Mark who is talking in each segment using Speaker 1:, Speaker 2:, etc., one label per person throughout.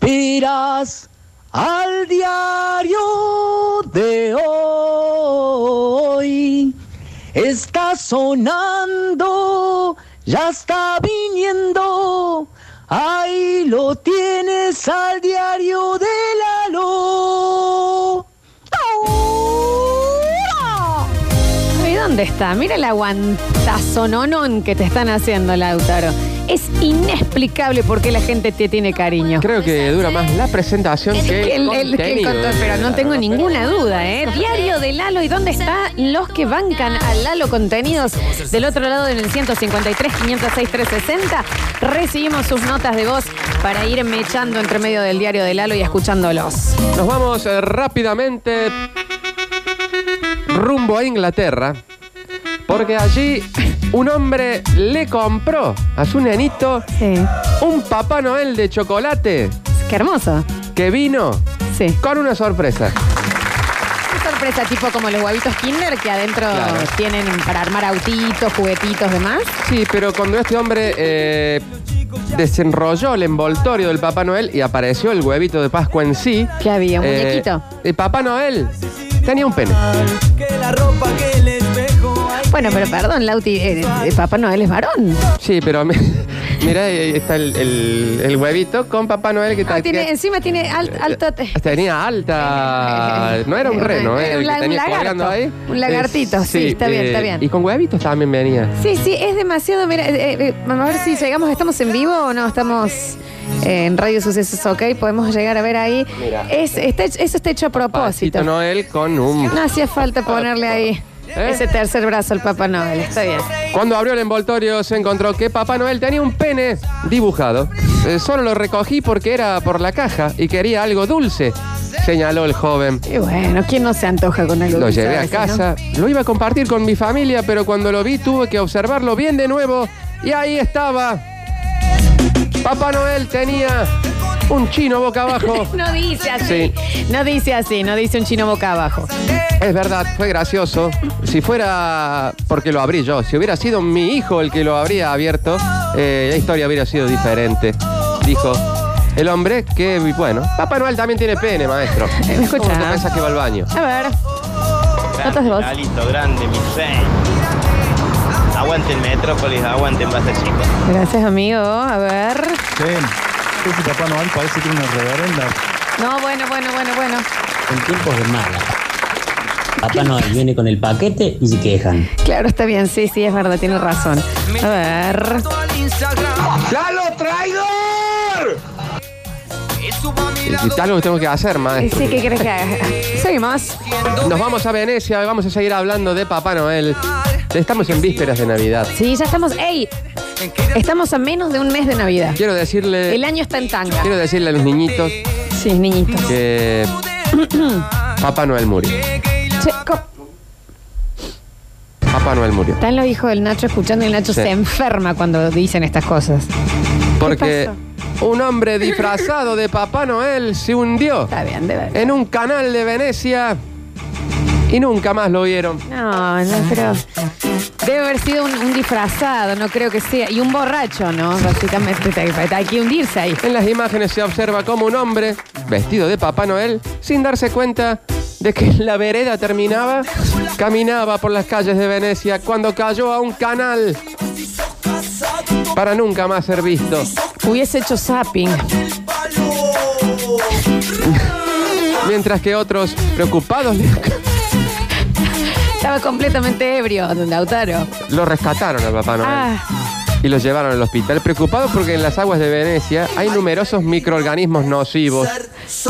Speaker 1: Esperas al diario de hoy. Está sonando, ya está viniendo. Ahí lo tienes al diario de Lalo. ¡Ahora!
Speaker 2: ¿Y dónde está? Mira el aguantazononón que te están haciendo, Lautaro. Es inexplicable por qué la gente te tiene cariño.
Speaker 3: Creo que dura más la presentación
Speaker 2: El-
Speaker 3: que
Speaker 2: el-
Speaker 3: el,
Speaker 2: el- que el
Speaker 3: contenido.
Speaker 2: contor- pero no tengo ninguna duda, ¿eh? Diario de Lalo, ¿y dónde están los que bancan a Lalo Contenidos? Del otro lado, en el 153, 506, 360, recibimos sus notas de voz para ir mechando entre medio del diario de Lalo y escuchándolos.
Speaker 3: Nos vamos eh, rápidamente rumbo a Inglaterra, porque allí un hombre le compró a su nenito
Speaker 2: Sí.
Speaker 3: un Papá Noel de chocolate
Speaker 2: Qué hermoso.
Speaker 3: que vino
Speaker 2: Sí.
Speaker 3: con una sorpresa.
Speaker 2: Qué sorpresa, tipo como los huevitos Kinder que adentro
Speaker 3: Claro.
Speaker 2: tienen para armar autitos, juguetitos, demás.
Speaker 3: Sí, pero cuando este hombre eh, desenrolló el envoltorio del Papá Noel y apareció el huevito de Pascua en sí.
Speaker 2: ¿Qué había? ¿Un
Speaker 3: eh,
Speaker 2: muñequito?
Speaker 3: El Papá Noel tenía un pene.
Speaker 4: Que la ropa que el espejo hay
Speaker 2: Bueno, pero perdón, Lauti, eh, eh, Papá Noel es varón.
Speaker 3: Sí, pero mi- mira, ahí está el, el- el huevito con Papá Noel que
Speaker 2: Ah,
Speaker 3: está.
Speaker 2: tiene-
Speaker 3: que-
Speaker 2: encima
Speaker 3: eh,
Speaker 2: tiene al- alto. te-
Speaker 3: Tenía alta. No era un reno, ¿eh?
Speaker 2: Era
Speaker 3: el
Speaker 2: un
Speaker 3: que
Speaker 2: la- un
Speaker 3: tenía
Speaker 2: lagarto.
Speaker 3: colgando ahí. Eh,
Speaker 2: Un lagartito, sí, está bien, está bien.
Speaker 3: Y con huevitos también venía.
Speaker 2: Sí, sí, es demasiado. Mira, eh, eh, eh, vamos a ver si llegamos. ¿Estamos en vivo o no? Estamos eh, en Radio Sucesos, ok. Podemos llegar a ver ahí.
Speaker 3: Mira.
Speaker 2: Es, está hecho- eso está hecho a propósito.
Speaker 3: Papito Noel con un.
Speaker 2: No hacía falta ponerle ahí
Speaker 3: ¿Eh?
Speaker 2: ese tercer brazo al Papá Noel. Está bien.
Speaker 3: Cuando abrió el envoltorio se encontró que Papá Noel tenía un pene dibujado. Eh, solo lo recogí porque era por la caja y quería algo dulce, señaló el joven.
Speaker 2: Y bueno, ¿quién no se antoja con algo?
Speaker 3: Lo
Speaker 2: dulce
Speaker 3: llevé a
Speaker 2: veces, no?
Speaker 3: casa, lo iba a compartir con mi familia, pero cuando lo vi tuve que observarlo bien de nuevo y ahí estaba. Papá Noel tenía un chino boca abajo.
Speaker 2: No dice así. No dice así, no dice un chino boca abajo.
Speaker 3: Es verdad, fue gracioso. Si fuera porque lo abrí yo, si hubiera sido mi hijo el que lo habría abierto, eh, la historia hubiera sido diferente. Dijo el hombre que, bueno, Papá Noel también tiene pene, maestro.
Speaker 2: Eh, me escucha.
Speaker 3: ¿Cómo te pensás que va al baño?
Speaker 2: A ver. Notas de voz.
Speaker 5: Alito, grande, mi rey. Aguanten Metrópolis, aguanten Basta Chica.
Speaker 2: Gracias, amigo. A ver.
Speaker 6: Ven, ese Papá Noel parece que tiene una reverenda
Speaker 2: No, bueno, bueno, bueno, bueno.
Speaker 7: En tiempos de mala. Papá Noel viene con el paquete y se quejan.
Speaker 2: Claro, está bien. Sí, sí, es verdad, tiene razón. A ver.
Speaker 4: todo el Instagram y subo a mi
Speaker 3: Y
Speaker 4: lado
Speaker 3: tal lo tengo que hacer, maestro.
Speaker 2: Sí, ¿qué crees que haga? Seguimos.
Speaker 3: Nos vamos a Venecia y vamos a seguir hablando de Papá Noel. Estamos en vísperas de Navidad.
Speaker 2: Sí, ya estamos. ¡Ey! Estamos a menos de un mes de Navidad.
Speaker 3: Quiero decirle,
Speaker 2: El año está en tanga.
Speaker 3: quiero decirle a los niñitos
Speaker 2: Sí, niñitos.
Speaker 3: que Papá Noel murió.
Speaker 2: Che, co-
Speaker 3: Papá Noel murió.
Speaker 2: Están los hijos del Nacho escuchando y el Nacho
Speaker 3: Sí.
Speaker 2: se enferma cuando dicen estas cosas.
Speaker 3: Porque un hombre disfrazado de Papá Noel se hundió
Speaker 2: Está bien, de verdad.
Speaker 3: en un canal de Venecia y nunca más lo vieron.
Speaker 2: No, no, pero. Debe haber sido un, un disfrazado, no creo que sea. Y un borracho, ¿no? Básicamente, te- te- hay que hundirse ahí.
Speaker 3: En las imágenes se observa como un hombre vestido de Papá Noel, sin darse cuenta de que la vereda terminaba, caminaba por las calles de Venecia cuando cayó a un canal para nunca más ser visto.
Speaker 2: Hubiese hecho zapping.
Speaker 3: Mientras que otros, preocupados, le-
Speaker 2: Estaba completamente ebrio, don Lautaro.
Speaker 3: lo rescataron al Papá Noel.
Speaker 2: Ah,
Speaker 3: y los llevaron al hospital, preocupados porque en las aguas de Venecia hay numerosos microorganismos nocivos.
Speaker 2: sí.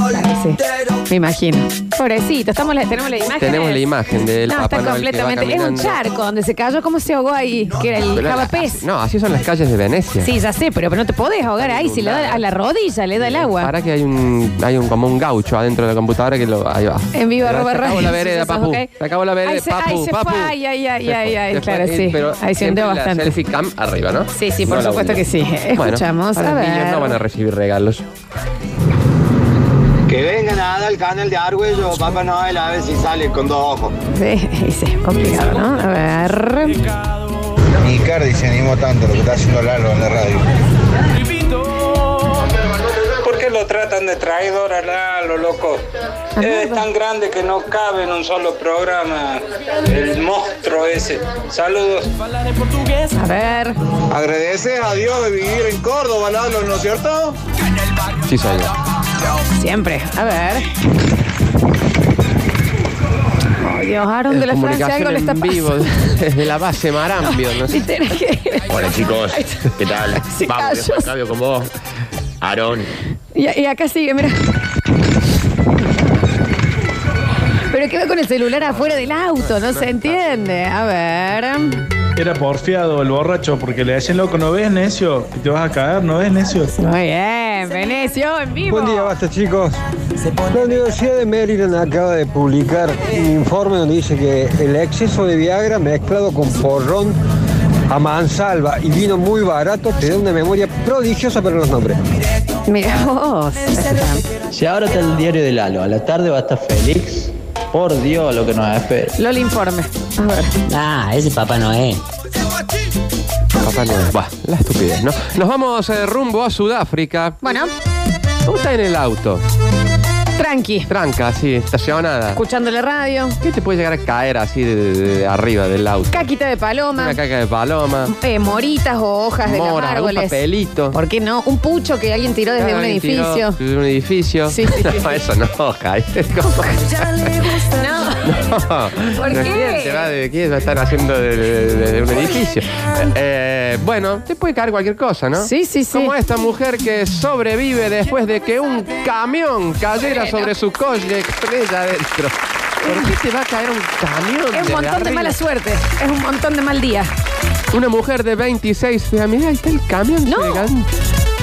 Speaker 2: Me imagino. Pobrecito, estamos la- tenemos la imagen.
Speaker 3: Tenemos la imagen del
Speaker 2: No,
Speaker 3: Papá
Speaker 2: está
Speaker 3: Noel que va
Speaker 2: completamente. Es un
Speaker 3: caminando.
Speaker 2: charco donde se cayó. ¿Cómo se ahogó ahí? Que era el
Speaker 3: Pero la-
Speaker 2: javapés.
Speaker 3: No, así son las calles de Venecia.
Speaker 2: Sí, ya sé, pero, pero no te podés ahogar ahí. Si le da a la rodilla, le da el agua.
Speaker 3: Para que hay un, hay un como un gaucho adentro de la computadora que lo. Ahí va.
Speaker 2: En vivo,
Speaker 3: Se
Speaker 2: arroba
Speaker 3: acabó
Speaker 2: radio,
Speaker 3: la vereda,
Speaker 2: sucesos,
Speaker 3: papu.
Speaker 2: ok.
Speaker 3: Se acabó la
Speaker 2: Ahí
Speaker 3: vereda,
Speaker 2: se-
Speaker 3: papu.
Speaker 2: ahí se
Speaker 3: papu.
Speaker 2: fue, ay, ay, ay, ay,
Speaker 3: Se fue,
Speaker 2: ay,
Speaker 3: se fue,
Speaker 2: claro,
Speaker 3: eh,
Speaker 2: sí.
Speaker 3: Pero
Speaker 2: Ahí se hundió
Speaker 3: siempre
Speaker 2: bastante.
Speaker 3: La selfie cam arriba, ¿no?
Speaker 2: Sí, sí, por
Speaker 3: No la
Speaker 2: supuesto
Speaker 3: hunde.
Speaker 2: que sí.
Speaker 3: Bueno,
Speaker 2: Escuchamos.
Speaker 3: ahora
Speaker 2: a
Speaker 3: los
Speaker 2: ver.
Speaker 3: niños no van a recibir regalos.
Speaker 5: Que venga nada al canal de Argüello, Papá Noel, a ver si sale con dos ojos.
Speaker 2: Sí, sí, es complicado, ¿no? A ver.
Speaker 8: Ni Cardi se animó tanto lo que está haciendo Lalo en la radio.
Speaker 9: Porque lo tratan de traidor a Lalo, loco. Es tan grande que no cabe en un solo programa. El monstruo ese. Saludos.
Speaker 2: A ver.
Speaker 8: Agradeces a Dios de vivir en Córdoba, Lalo, ¿no es cierto?
Speaker 3: Sí, soy yo.
Speaker 2: Siempre. A ver. Ay, Dios, Aaron de la Francia, algo
Speaker 3: Comunicación
Speaker 2: le está
Speaker 3: en vivo
Speaker 2: pasando.
Speaker 3: desde la base Marambio. No sé.
Speaker 2: Literal que-
Speaker 10: Hola chicos, ¿qué tal?
Speaker 2: Se
Speaker 10: Vamos,
Speaker 2: cayó.
Speaker 10: viejo Octavio, con vos. Aarón,
Speaker 2: Y, y acá sigue, mira. Pero quedó con el celular afuera del auto, no se entiende. A ver.
Speaker 6: Era porfiado el borracho porque le decían, loco, ¿no ves, necio? Que te vas a caer, ¿no ves, necio?
Speaker 2: Muy bien, Venecio, en vivo.
Speaker 11: Buen día, basta chicos. La Universidad de Maryland acaba de publicar un informe donde dice que el exceso de Viagra mezclado con porrón a mansalva y vino muy barato te da una memoria prodigiosa para los nombres.
Speaker 2: Mira vos.
Speaker 12: Si ahora está el diario de Lalo, a la tarde va a estar Félix. Por Dios, lo que nos espera.
Speaker 2: Loli informe. A ver.
Speaker 7: Ah, ese Papá Noel.
Speaker 3: Papá Noel. Bah, la estupidez, ¿no? Nos vamos eh, rumbo a Sudáfrica.
Speaker 2: Bueno,
Speaker 3: ¿Cómo está en el auto?
Speaker 2: tranqui.
Speaker 3: Tranca, así, estacionada.
Speaker 2: Escuchando la radio.
Speaker 3: ¿Qué te puede llegar a caer así de, de- de arriba del auto?
Speaker 2: Caquita de paloma.
Speaker 3: Una caca de paloma.
Speaker 2: eh, moritas o hojas de los
Speaker 3: Mora, un
Speaker 2: árboles.
Speaker 3: papelito.
Speaker 2: ¿Por qué no? Un pucho que alguien tiró desde un
Speaker 3: Alguien tiró
Speaker 2: edificio.
Speaker 3: desde un edificio.
Speaker 2: Sí, sí, sí.
Speaker 3: No, eso no, cae.
Speaker 2: No.
Speaker 3: No,
Speaker 2: ¿Por
Speaker 3: no,
Speaker 2: qué?
Speaker 3: ¿quién se va de quién va a estar haciendo de, de- de- de un edificio? Eh, bueno, te puede caer cualquier cosa, ¿no?
Speaker 2: Sí, sí, sí.
Speaker 3: Como esta mujer que sobrevive después de que un camión cayera sobre su coche con ella adentro. ¿Por qué te va a caer un
Speaker 2: Es
Speaker 3: camión?
Speaker 2: un
Speaker 3: desde
Speaker 2: montón de
Speaker 3: arriba?
Speaker 2: mala suerte. Es un montón de mal día.
Speaker 3: Una mujer de 26, mira, ahí está el camión. que le ganó.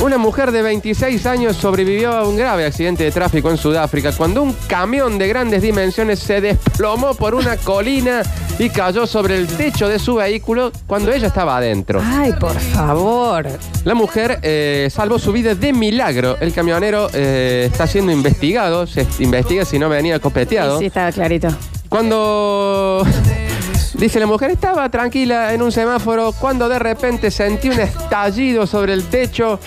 Speaker 3: Una mujer de 26 años sobrevivió a un grave accidente de tráfico en Sudáfrica cuando un camión de grandes dimensiones se desplomó por una colina y cayó sobre el techo de su vehículo cuando ella estaba adentro.
Speaker 2: Ay, por favor.
Speaker 3: La mujer eh, salvó su vida de milagro. El camionero eh, está siendo investigado, se investiga si no venía copeteado.
Speaker 2: Sí, estaba clarito.
Speaker 3: Cuando. Dice la mujer, estaba tranquila en un semáforo cuando de repente sentí un estallido sobre el techo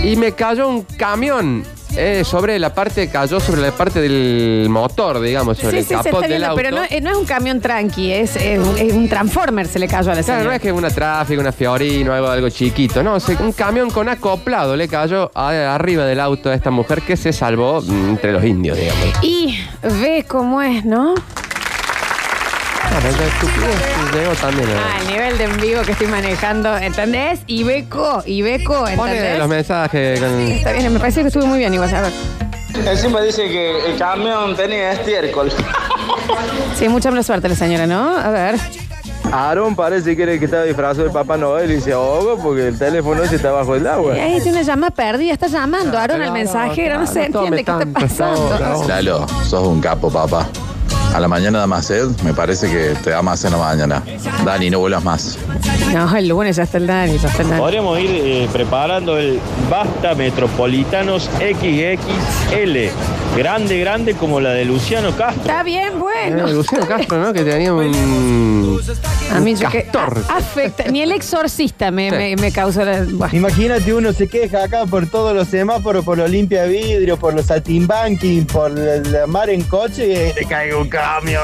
Speaker 3: y me cayó un camión. eh, sobre la parte, cayó sobre la parte del motor, digamos, sobre
Speaker 2: Sí,
Speaker 3: el
Speaker 2: sí, se
Speaker 3: capot
Speaker 2: está
Speaker 3: del
Speaker 2: viendo,
Speaker 3: auto.
Speaker 2: pero no, eh, no es un camión tranqui, es, eh, un- es un transformer, se le cayó a la
Speaker 3: Claro, no
Speaker 2: señora.
Speaker 3: es que una tráfico, una fiorino, algo, algo chiquito. No, se- un camión con acoplado le cayó a- arriba del auto a esta mujer que se salvó mm, entre los indios, digamos.
Speaker 2: Y ve cómo es, ¿no? Ah,
Speaker 3: Claro, ya estupidez, llegó también. a-
Speaker 2: Al Ah, nivel de en vivo que estoy manejando, ¿entendés? Ibeco, Ibeco,
Speaker 3: Pone
Speaker 2: Ah, ¿entendés?
Speaker 3: los mensajes con-
Speaker 2: Está bien, me parece que estuvo muy bien igual, a ver.
Speaker 13: Encima dice que el camión tenía estiércol.
Speaker 2: Sí, mucha mala suerte la señora, ¿no? A ver.
Speaker 14: Aaron parece que era el que estaba disfrazado de Papá Noel y se ahogó porque el teléfono ese está bajo el agua.
Speaker 2: Y ahí tiene una llamada perdida, está llamando, Aaron, al mensajero, no se entiende qué está pasando.
Speaker 15: Lalo, sos un capo, papá. A la mañana da más sed, me parece que te da más en la mañana. Dani, no vuelas más.
Speaker 2: No, el lunes ya está el Dani, ya está el Dani.
Speaker 5: Podríamos ir eh, preparando el Basta Metropolitanos XXL. Grande, grande como la de Luciano Castro.
Speaker 2: Está bien, bueno.
Speaker 3: Eh, Luciano Castro, ¿no? Que tenía un.
Speaker 2: A mí yo que
Speaker 3: Castor.
Speaker 2: a- afecta, ni el exorcista me,
Speaker 3: Sí.
Speaker 2: me, me causó la... bueno.
Speaker 14: Imagínate uno se queja acá por todos los semáforos, por los limpia vidrio, por los satimbanqui, por la, la mar en coche y te cae un camión.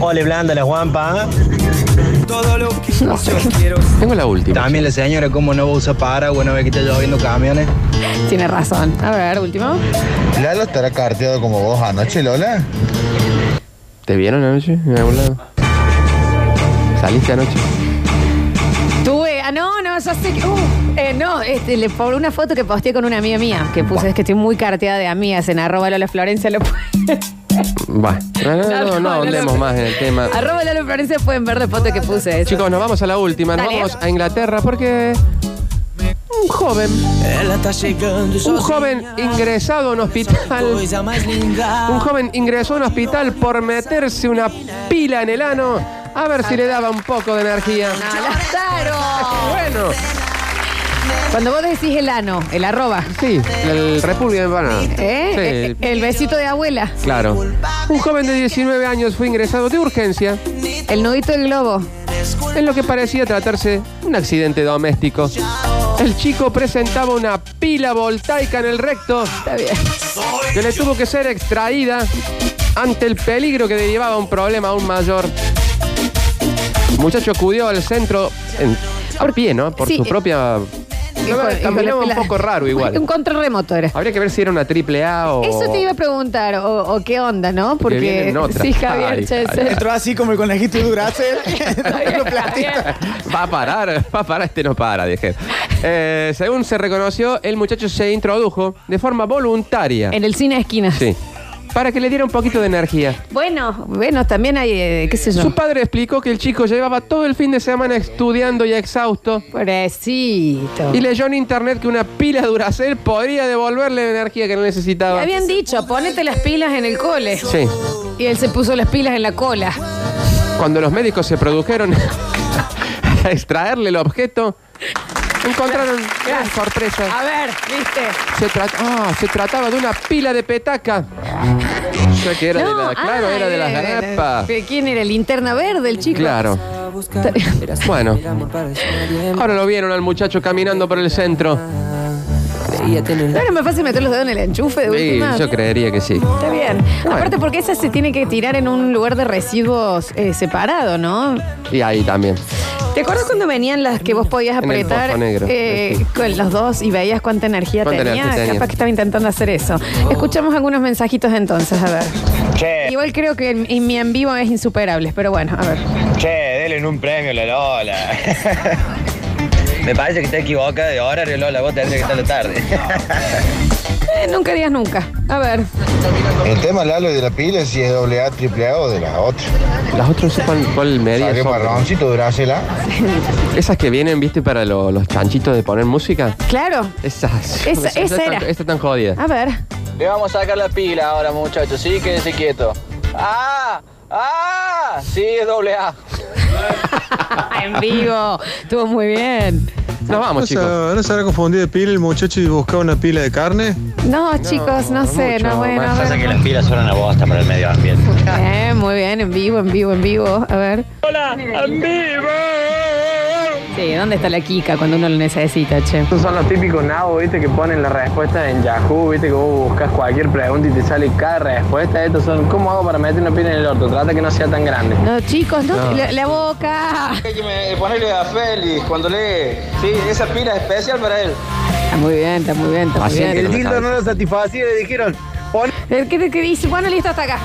Speaker 14: Ole blanda la ¿eh? guampa.
Speaker 4: Todo lo que yo quiero.
Speaker 3: Tengo la última.
Speaker 14: También la señora, como no usa paraguas, no ve que está lloviendo camiones.
Speaker 2: Tiene razón. A ver, último.
Speaker 8: Lalo estará carteado como vos anoche, Lola.
Speaker 3: ¿Te vieron anoche en algún lado? ¿Saliste anoche?
Speaker 2: Tuve, ah, no, no, ya sé que... uh, eh, no, este, le, por una foto que posteé con una amiga mía, que puse, es que estoy muy carteada de amigas en arroba Lola Florencia, lo pueden-
Speaker 3: Bueno, Eh, no, no, no, no, no ahondemos más en el tema.
Speaker 2: arroba Lola Florencia pueden ver la foto que puse. esa.
Speaker 3: Chicos, nos vamos a la última. Nos
Speaker 2: Dale.
Speaker 3: vamos a Inglaterra porque un joven, un joven ingresado a un hospital, un joven ingresó a un hospital por meterse una pila en el ano a ver si le daba un poco de energía.
Speaker 2: No, Lázaro.
Speaker 3: Bueno.
Speaker 2: Cuando vos decís el ano, el arroba,
Speaker 3: Sí, el República de Banana.
Speaker 2: ¿eh? el besito de abuela,
Speaker 3: Sí, claro. Un joven de 19 años fue ingresado de urgencia
Speaker 2: el nudito del globo.
Speaker 3: en lo que parecía tratarse de un accidente doméstico. El chico presentaba una pila voltaica en el recto que le tuvo que ser extraída ante el peligro que derivaba un problema aún mayor. El muchacho acudió al centro en- a pie, ¿no? Por
Speaker 2: Sí,
Speaker 3: su
Speaker 2: eh,
Speaker 3: propia...
Speaker 2: Y con- y con
Speaker 3: Caminaba
Speaker 2: la-
Speaker 3: un poco raro igual. Oh.
Speaker 2: Un control remoto era.
Speaker 3: Habría que ver si era una triple A o...
Speaker 2: Eso te iba a preguntar, o, o qué onda, ¿no? Porque
Speaker 3: vienen otras.
Speaker 2: sí, Javier
Speaker 3: Ay,
Speaker 2: Chesel.
Speaker 3: Javier.
Speaker 16: Entró así como el conejito de Duracell.
Speaker 3: Va a parar, va a parar, este no para, dije. Eh, según se reconoció, el muchacho se introdujo de forma voluntaria.
Speaker 2: En el cine esquina.
Speaker 3: Sí. Para que le diera un poquito de energía.
Speaker 2: Bueno, bueno, también hay, eh, qué sé yo.
Speaker 3: Su padre explicó que el chico llevaba todo el fin de semana estudiando y exhausto.
Speaker 2: Pobrecito.
Speaker 3: Y leyó en internet que una pila de Duracell podría devolverle la energía que no necesitaba.
Speaker 2: Habían dicho, ponete las pilas en el cole.
Speaker 3: Sí.
Speaker 2: Y él se puso las pilas en la cola.
Speaker 3: Cuando los médicos se produjeron a extraerle el objeto, encontraron gran sorpresa.
Speaker 2: A ver, viste.
Speaker 3: Se, trat- ah, se trataba de una pila de petaca. O sea que era de la, claro, era de las ganapas.
Speaker 2: ¿De ¿Quién era? ¿Linterna verde el chico?
Speaker 3: Claro.
Speaker 2: Está bien.
Speaker 3: Bueno, ahora lo vieron al muchacho caminando por el centro.
Speaker 2: ¿No era más fácil meter los dedos en el enchufe de
Speaker 3: Sí,
Speaker 2: última?
Speaker 3: yo creería que sí.
Speaker 2: Está bien. Aparte porque esa se tiene que tirar en un lugar de residuos eh, separado, ¿no?
Speaker 3: Y ahí también.
Speaker 2: ¿Te acuerdas cuando venían las que vos podías
Speaker 3: En el
Speaker 2: apretar
Speaker 3: foso negro.
Speaker 2: eh, con los dos y veías cuánta energía
Speaker 3: Cuánta
Speaker 2: tenía?
Speaker 3: energía tenía. Oh.
Speaker 2: Capaz que estaba intentando hacer eso. Escuchamos algunos mensajitos entonces, a ver.
Speaker 3: Eh.
Speaker 2: Igual creo que en- en mi en vivo es insuperable, pero bueno, a ver.
Speaker 17: Che, denle un premio a la Lola. Me parece que está equivocada de horario, Lola. Vos tendrías que estar en la tarde.
Speaker 2: Eh, nunca digas nunca. A ver.
Speaker 18: El tema, Lalo, de la pila es si es doble A, triple A o de la otra.
Speaker 3: Las otras sepan cuál media
Speaker 18: Saqué
Speaker 3: son.
Speaker 18: marroncito, durásela.
Speaker 3: Esas que vienen, viste, para lo- los chanchitos de poner música.
Speaker 2: Claro.
Speaker 3: Esas.
Speaker 2: Esa-
Speaker 3: Esa
Speaker 2: esa
Speaker 3: tan-
Speaker 2: era. Ah.
Speaker 3: Esta tan jodida.
Speaker 2: A ver.
Speaker 13: Le vamos a sacar la pila ahora, muchachos, sí, quédense quieto. ¡Ah! ¡Ah! Sí, es doble A.
Speaker 2: en vivo. Estuvo muy bien.
Speaker 3: Nos
Speaker 19: ¿No se- ¿No se habrá confundido de pila el muchacho y buscaba una pila de carne?
Speaker 2: No, chicos, no sé, no, bueno, a
Speaker 10: Pasa que
Speaker 2: ver.
Speaker 10: las pilas son una bosta para el medio ambiente.
Speaker 2: Bien, muy bien, en vivo, en vivo, en vivo. A ver.
Speaker 4: Hola, en vivo.
Speaker 2: Sí, ¿dónde está la Kika cuando uno lo necesita, che?
Speaker 20: Estos son los típicos nabos, viste, que ponen las respuestas en Yahoo, viste, que vos buscas cualquier pregunta y te sale cada respuesta. Estos son, ¿cómo hago para meter una pila en el orto? Trata que no sea tan grande.
Speaker 2: No, chicos, no,
Speaker 20: No.
Speaker 2: La, la boca.
Speaker 13: Hay que me- ponerle a Félix cuando lee. Sí, esa pila es especial para él.
Speaker 2: Está muy bien, está muy bien, está muy bien.
Speaker 14: El dildo no lo satisfacía y le dijeron,
Speaker 2: ¿Qué, qué dice? Bueno, listo, hasta acá.